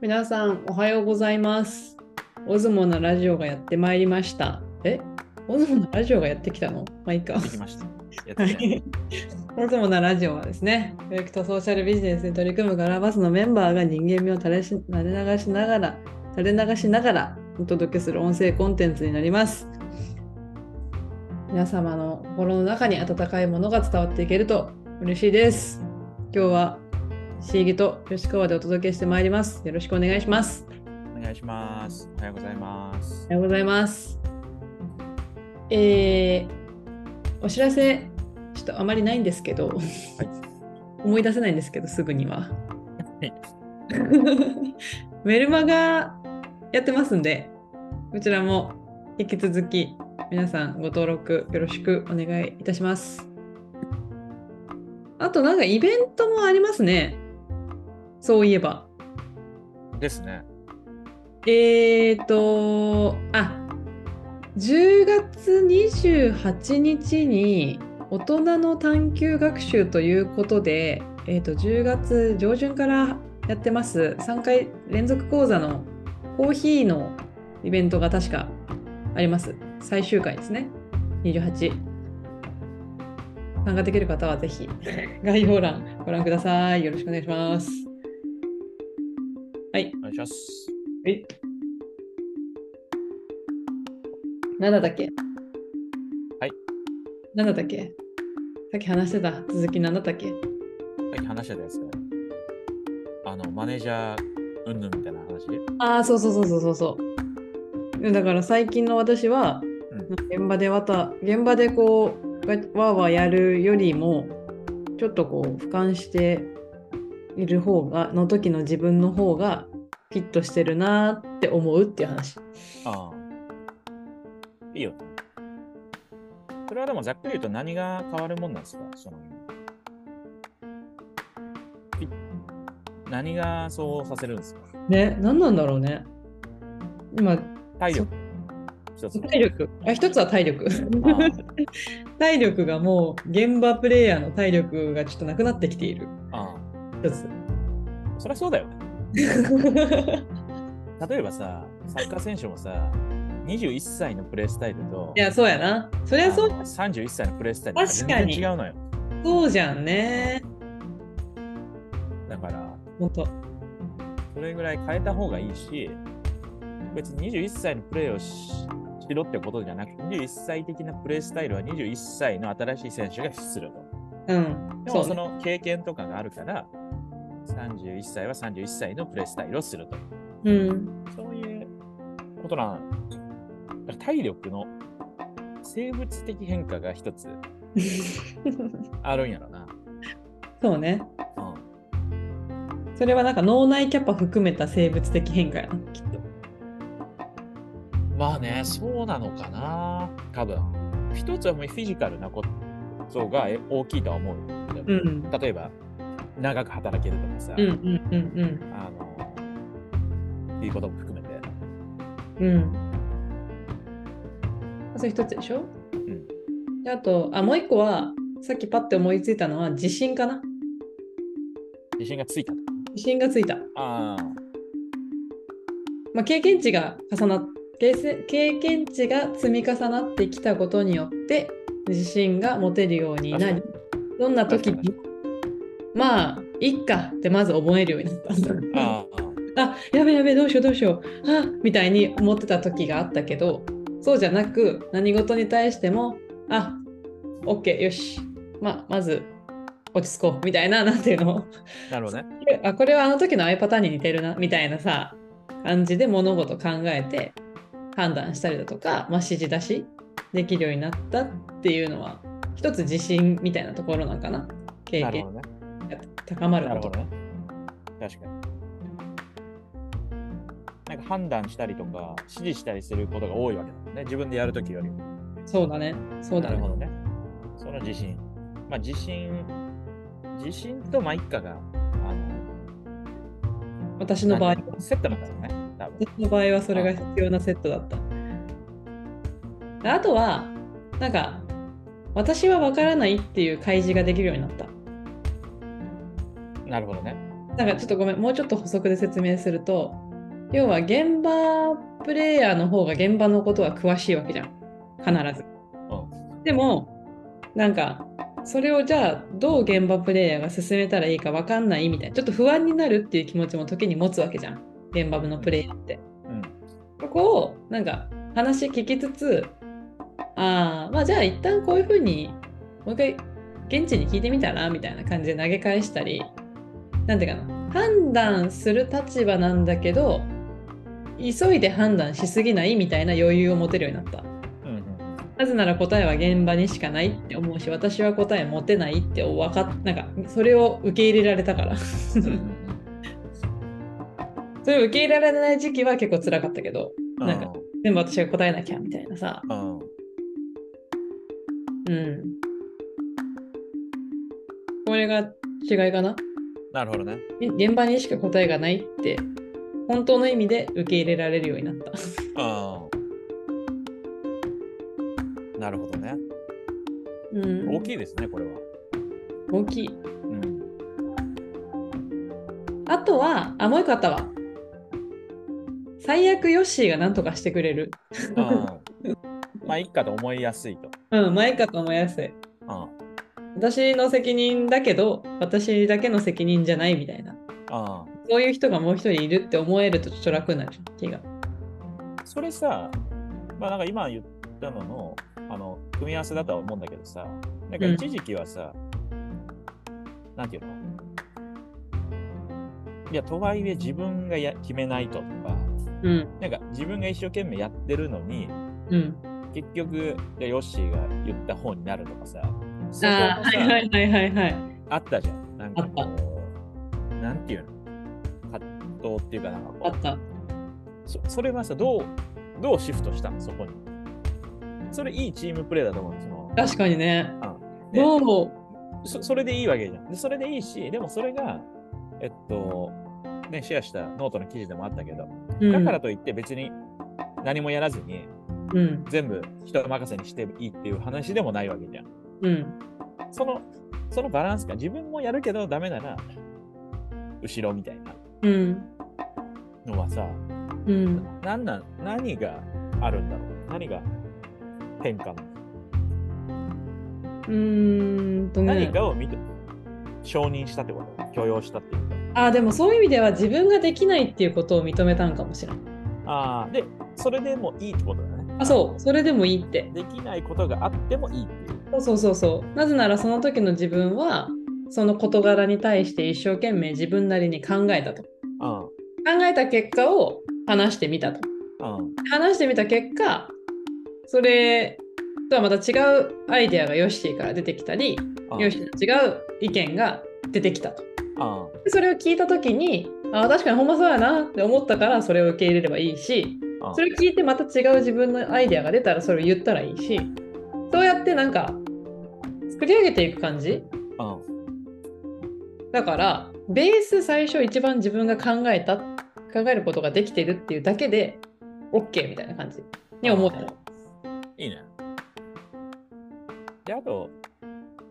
皆さんおはようございます。オズモのラジオがやってまいりました。えオズモのラジオがやってきたのまあいいかやっ。てきま した。やってはきたいオズモのラジオはですね、教育とソーシャルビジネスに取り組むガラバスのメンバーが人間味を垂れし垂れ流しながら、垂れ流しながらお届けする音声コンテンツになります。皆様の心の中に温かいものが伝わっていけると嬉しいです。今日はシーギと吉川でお届けしてまいります。よろしくお願いします。お願いします。おはようございますおは。ようございます。えーお知らせ、ちょっとあまりないんですけど、思い出せないんですけど、すぐには。い メルマガやってますんで、こちらも引き続き皆さんご登録よろしくお願いいたします。あとなんかイベントもありますね。そういえば。ですね。えーと、あ10月28日に大人の探究学習ということで、えー、と10月上旬からやってます3回連続講座のコーヒーのイベントが確かあります。最終回ですね。28。参加できる方はぜひ概要欄ご覧ください。よろしくお願いします。はい。お願いします。えなんだっけはい。なんだっけさっき話してた続きなんだったっけさっき話してたやつねあの、マネージャー、うんぬんみたいな話。ああ、そうそうそうそうそうそう。だから最近の私は、現場でわた現場でこうわわーわーやるよりもちょっとこう俯瞰している方がの時の自分の方がフィットしてるなーって思うっていう話。ああ。いいよ。それはでもざっくり言うと何が変わるもんなんですかそのい何がそうさせるんですかね、何なんだろうね。今体力。一つ。体力あ一つは体力ああ体力がもう現場プレイヤーの体力がちょっとなくなってきているあ一 つあ。そりゃそうだよね。例えばさ、サッカー選手もさ、21歳のプレースタイルと、いやそうやなそりゃそうあの31歳のプレースタイルが確全か然に違うのよ。そうじゃんねだから、本当それぐらい変えた方がいいし、別に21歳のプレーをししろってことじゃなくて、21歳的なプレースタイルは21歳の新しい選手が必須だと。うんでそもうそねの経験とかがあるから、31歳は31歳のプレースタイルをすると。うんそういうことなの。だから体力の生物的変化が 一つあるんやろな。そうねうんそれはなんか脳内キャパ含めた生物的変化やなきっとまあね、そうなのかな、多分一つはもうフィジカルなことがえ大きいとは思うよ。うでもん例えば、長く働けるとかさ、うんうんうんあのっていうことも含めて、うんうんそれ一つでしょんであとあもう一個はさっきパッて思いついたのは自信かな自信がついた。自信がついたああ、まあ、経験値が重なっ経せ経験値が積み重なってきたことによって自信が持てるようになり確どんな時確にまあいっかってまず思えるようになった あ あ、あやべやべどうしようどうしようあみたいに思ってた時があったけどそうじゃなく何事に対してもあ OK よし、まあ、まず落ち着こうみたいななんていうのなるほどね。あこれはあの時のああいうパターンに似てるなみたいなさ感じで物事考えて判断したりだとか、まあ、指示出しできるようになったっていうのは一つ自信みたいなところなんかな経なるほ験どね。が高まるなこるほとどね。確かに。なんか判断したりとか、指示したりすることが多いわけだもんね。自分でやるときよりも。そうだねそうだなるほねどね。その自信。まあ、自信、自信とまあ一家が、あの、私の場合なんていうセットなんだろうね。多分。私の場合はそれが必要なセットだったであとはなんか私は分からないっていう開示ができるようになったなるほどね。なんかちょっとごめん、もうちょっと補足で説明すると、要は現場プレイヤーの方が現場のことは詳しいわけじゃん、必ず。でも、なんか、それをじゃあどう現場プレイヤーが進めたらいいか分かんないみたいな、ちょっと不安になるっていう気持ちも時に持つわけじゃん、現場部のプレイヤーって。うんそこを、なんか、話聞きつつ、ああ、まあじゃあ一旦こういうふうに、もう一回現地に聞いてみたらみたいな感じで投げ返したり、なんていうかな判断する立場なんだけど急いで判断しすぎないみたいな余裕を持てるようになったうんうんなぜなら答えは現場にしかないって思うし私は答え持てないって分かっなんかそれを受け入れられたから うんうんそれを受け入れられない時期は結構辛かったけどうん なんか全部私が答えなきゃみたいなさうんうんこれが違いかななるほどね。え現場にしか答えがないって本当の意味で受け入れられるようになったうんなるほどね。うん大きいですね、これは。大きいうん、あとは、あ、もう一個あったわ。最悪ヨッシーが何とかしてくれる。あーまあ、いいかと思いやすいと。うん、前かと思いやすい。あ私の責任だけど、私だけの責任じゃないみたいな。あそういう人がもう一人いるって思えるとちょっと楽になる気が。それさ、まあ、なんか今言ったののあの組み合わせだとは思うんだけどさ、なんかうん一時期はさ、なんていうのいや、とはいえ自分がや決めないととか、うん、なんか自分が一生懸命やってるのに、うん。結局、いやヨッシーが言った方になるとかさ、そこもああ、さはいはいはいはいはい。あったじゃん。なんかこう、なんていうの葛藤っていうか、なんかあこった。あうそ、それはさ、どう、どうシフトしたのそこに。それいいチームプレーだと思うんですよ。確かにね。でどうも。そそれでいいわけじゃん。でそれでいいし、でもそれが、えっと、ね、シェアしたノートの記事でもあったけど、うんだから、といって別に何もやらずに、うん、全部人任せにしていいっていう話でもないわけじゃん。うん。その、そのバランスが自分もやるけどダメなら、後ろみたいなうん、のはさ、うん。なんなん、何があるんだろう何が変化の、うーんと何ね。かを見て、承認したってこと許容したっていうか。ああ、でもそういう意味では自分ができないっていうことを認めたんかもしれない。ああ、で、それでもいいってことだね。あ、そう。それでもいいって。できないことがあってもいいっていう。そうそうそうそう。なぜならその時の自分はその事柄に対して一生懸命自分なりに考えたと。考うん、うん、えた結果を話してみたと。話してみた結果それとはまた違うアイデアがヨッシーから出てきたりうん、ヨッシーの違う意見が出てきたと。うん、でそれを聞いた時にあ確かにほんまそうやなって思ったからそれを受け入れればいいしうんそれ聞いてまた違う自分のアイデアが出たらそれを言ったらいいしそうやってなんか作り上げていく感じうん、だからベース最初一番自分が考えた考えることができてるっていうだけで OK みたいな感じに思うたいいね。で、あと、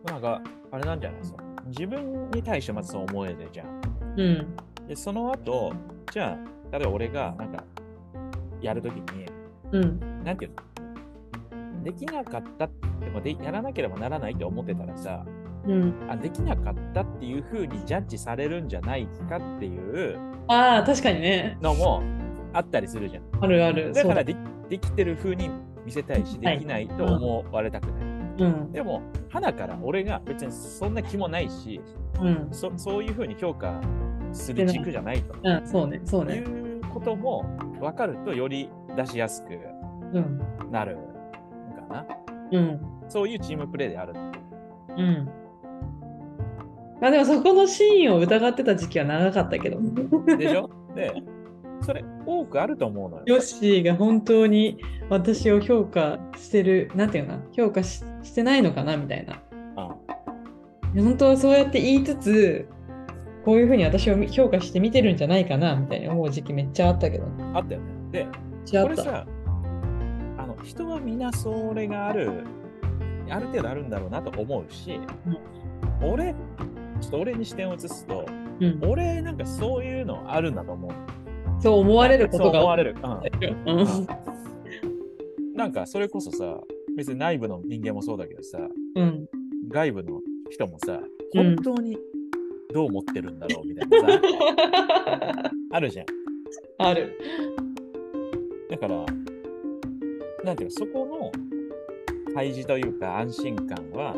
なんか、あれなんじゃないですか。自分に対してまずそう思えるじゃん。うんで、その後、じゃあ、例えば俺が、なんか、やるときに、うんなんていうのできなかったって、まあでやらなければならないって思ってたらさうんあ、できなかったっていうふうにジャッジされるんじゃないかっていうああ確かにねのもあったりするじゃん。あるあるだそうからでできてるふうに見せたいし、できないと思われたくない。うんでも、花から俺が別にそんな気もないし、うんそそういうふうに評価する軸じゃないとうんそうねそういねうことも分かると、より出しやすくうんなるのかうんな。そういうチームプレーである。うんまあでもそこのシーンを疑ってた時期は長かったけどでしょ で、それ多くあると思うのよ。 ヨッシーが本当に私を評価してる、なんていうのかな、評価ししてないのかなみたいな。いや本当はそうやって言いつつ、こういうふうに私を見評価して見てるんじゃないかなみたいに思う時期めっちゃあったけど。めっうんあったよね。で、ちゃあっこれた。さ、あの人は皆それがある、ある程度あるんだろうなと思うし、俺、ちょっと俺に視点を移すと、うん、俺なんかそういうのあるんだと思う。そう思われるこそうと思がわれる。うんうんなんかそれこそさ、別に内部の人間もそうだけどさ、うん 外部の人もさ、うん本当にどう思ってるんだろうみたいな さ、あるじゃん。あるだから、なんていうの、そこの開示というか安心感は、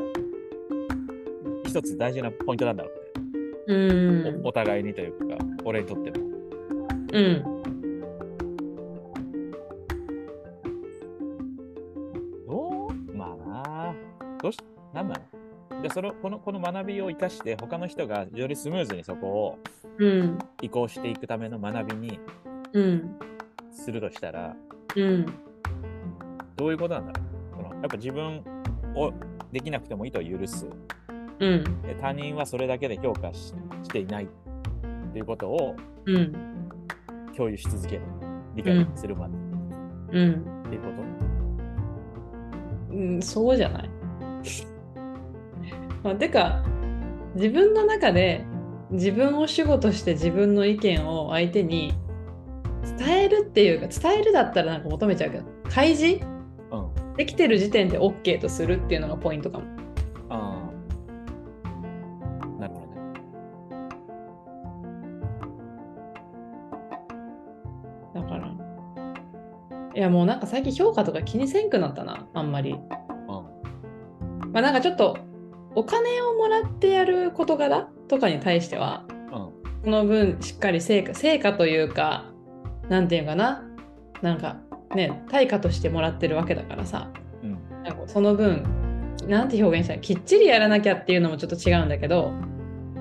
一つ大事なポイントなんだろううんね、おお互いにというか、俺にとっても。うんどうまあなあどうし、なんなのじゃあそのこのこの学びを生かして他の人がよりスムーズにそこをうん移行していくための学びにうんするとしたらうんどういうことなんだろうそのやっぱ自分をできなくてもいいと許すうんで他人はそれだけで評価ししていないということをうん共有し続ける理解するまでうんっていうこと、うんそうじゃない、 まあ、てか自分の中で自分を主語として自分の意見を相手に伝えるっていうか伝えるだったらなんか求めちゃうけど開示うんできてる時点で OK とするっていうのがポイントかも。ああなるほどねだから。いやもうなんか最近評価とか気にせんくなったな、あんまり。まあなんかちょっとお金をもらってやる事柄とかに対しては、うんうんその分しっかり成果、成果というか、なんていうかな、なんかね、対価としてもらってるわけだからさ、うんなんかその分、なんて表現したら、きっちりやらなきゃっていうのもちょっと違うんだけど、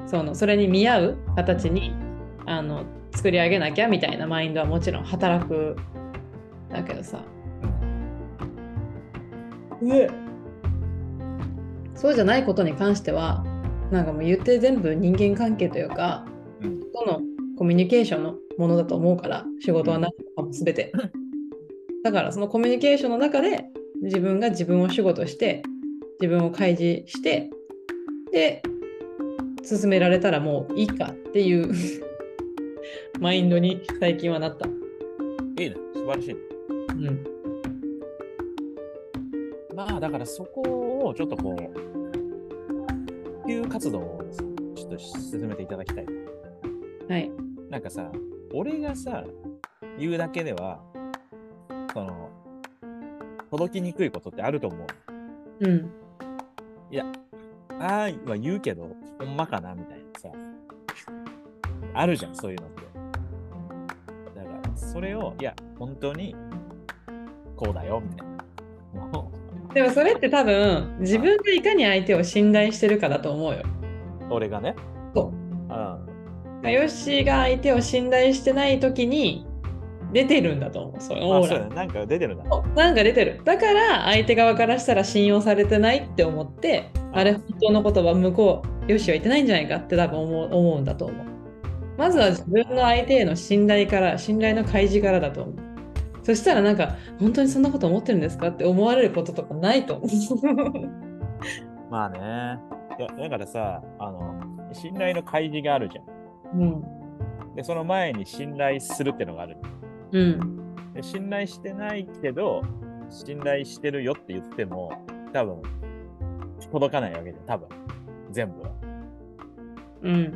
そのそれに見合う形にあの作り上げなきゃみたいなマインドはもちろん働くだけどさ。ねそうじゃないことに関しては、なんかもう言って全部人間関係というか、うん人とのコミュニケーションのものだと思うから、仕事は何とかも全て。だからそのコミュニケーションの中で自分が自分を仕事して自分を開示してで進められたらもういいかっていうマインドに最近はなった。いいね素晴らしいねうん、まあだからそこをちょっとこう普及活動をちょっと進めていただきたいはい。なんかさ、俺がさ、言うだけでは、その、届きにくいことってあると思う。うん。ああは言うけど、ほんまかなみたいなさ。あるじゃん、そういうのって。だから、それを、いや、本当に、こうだよ、みたいな。もでもそれって多分自分がいかに相手を信頼してるかだと思うよ。う俺がね。そううん。まあヨッシーが相手を信頼してない時に出てるんだと思う。そのあ、オそうーラだね。なんか出てるな。なんか出てるだから相手側からしたら信用されてないって思ってあれ本当のことは向こうよしは言ってないんじゃないかって多分思う思うんだと思うまずは自分の相手への信頼から信頼の開示からだと思うそしたらなんか本当にそんなこと思ってるんですかって思われることとかないと思うまあね。いや、だからさ、あの、信頼の開示があるじゃうんん。で、その前に信頼するってのがある。うんで信頼してないけど、信頼してるよって言っても、多分、届かないわけで、多分、全部は。うん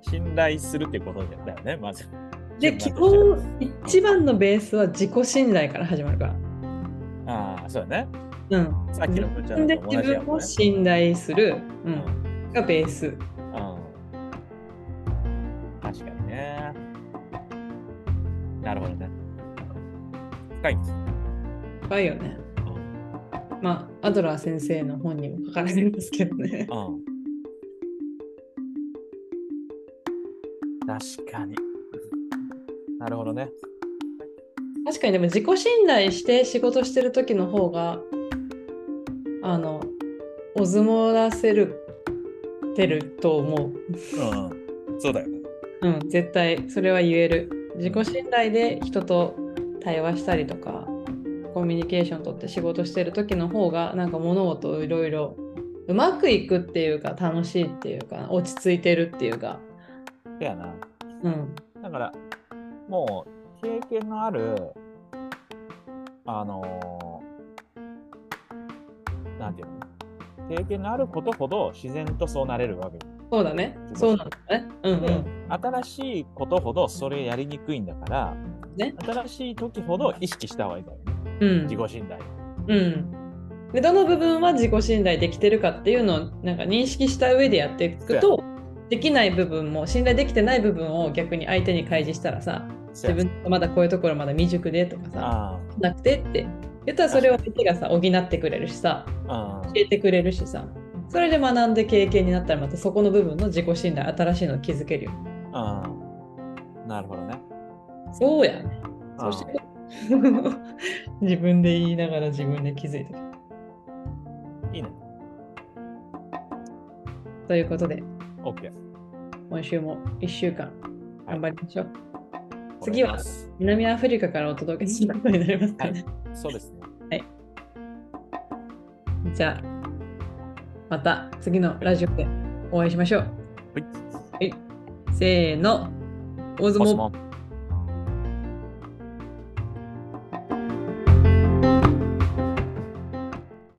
信頼するってことだよね、まず。で基本一番のベースは自己信頼から始まるかああ、そうだね。らうんさっきのこ自ちら分のでと同自じや分もんをね。信頼する、う、うんんがベースうん確かにね。なるほどね。深いんです。深いよねうんまあ、アドラー先生の本にも書かれてるんですけど ね。うん確かに。なるほどね。確かにでも自己信頼して仕事してる時の方があのおずもらせるてると思う。うん。そうだよね。うん、絶対それは言える。自己信頼で人と対話したりとかコミュニケーション取って仕事してる時の方がなんか物事をいろいろうまくいくっていうか楽しいっていうか落ち着いてるっていうかせやな。うん。だから、もう、経験のある、あのーなんていうの経験のあることほど自然とそうなれるわけ。そうだね。そうなんだね。うんうでん。、新しいことほどそれやりにくいんだから、ね新しい時ほど意識した方がいいんだよね。うん自。己信頼。うん。で、どの部分は自己信頼できてるかっていうのをなんか認識した上でやっていくと、できない部分も信頼できてない部分を逆に相手に開示したらさ、自分まだこういうところまだ未熟でとかさ、あなくてって言ったらそれを相手がさ補ってくれるしさ、あ、うん教えてくれるしさ、それで学んで経験になったらまたそこの部分の自己信頼、新しいの気づけるよ。うん。なるほどね。そうやね。うそんして 自分で言いながら自分で気づいてる。いいね。ということで、 OK。今週も1週間頑張りましょう。次次はは南アフリカからお届けすることになりますかね。そうですね。じゃあ、また次のラジオでお会いしましょう。はい。せーの、大相もし撲も。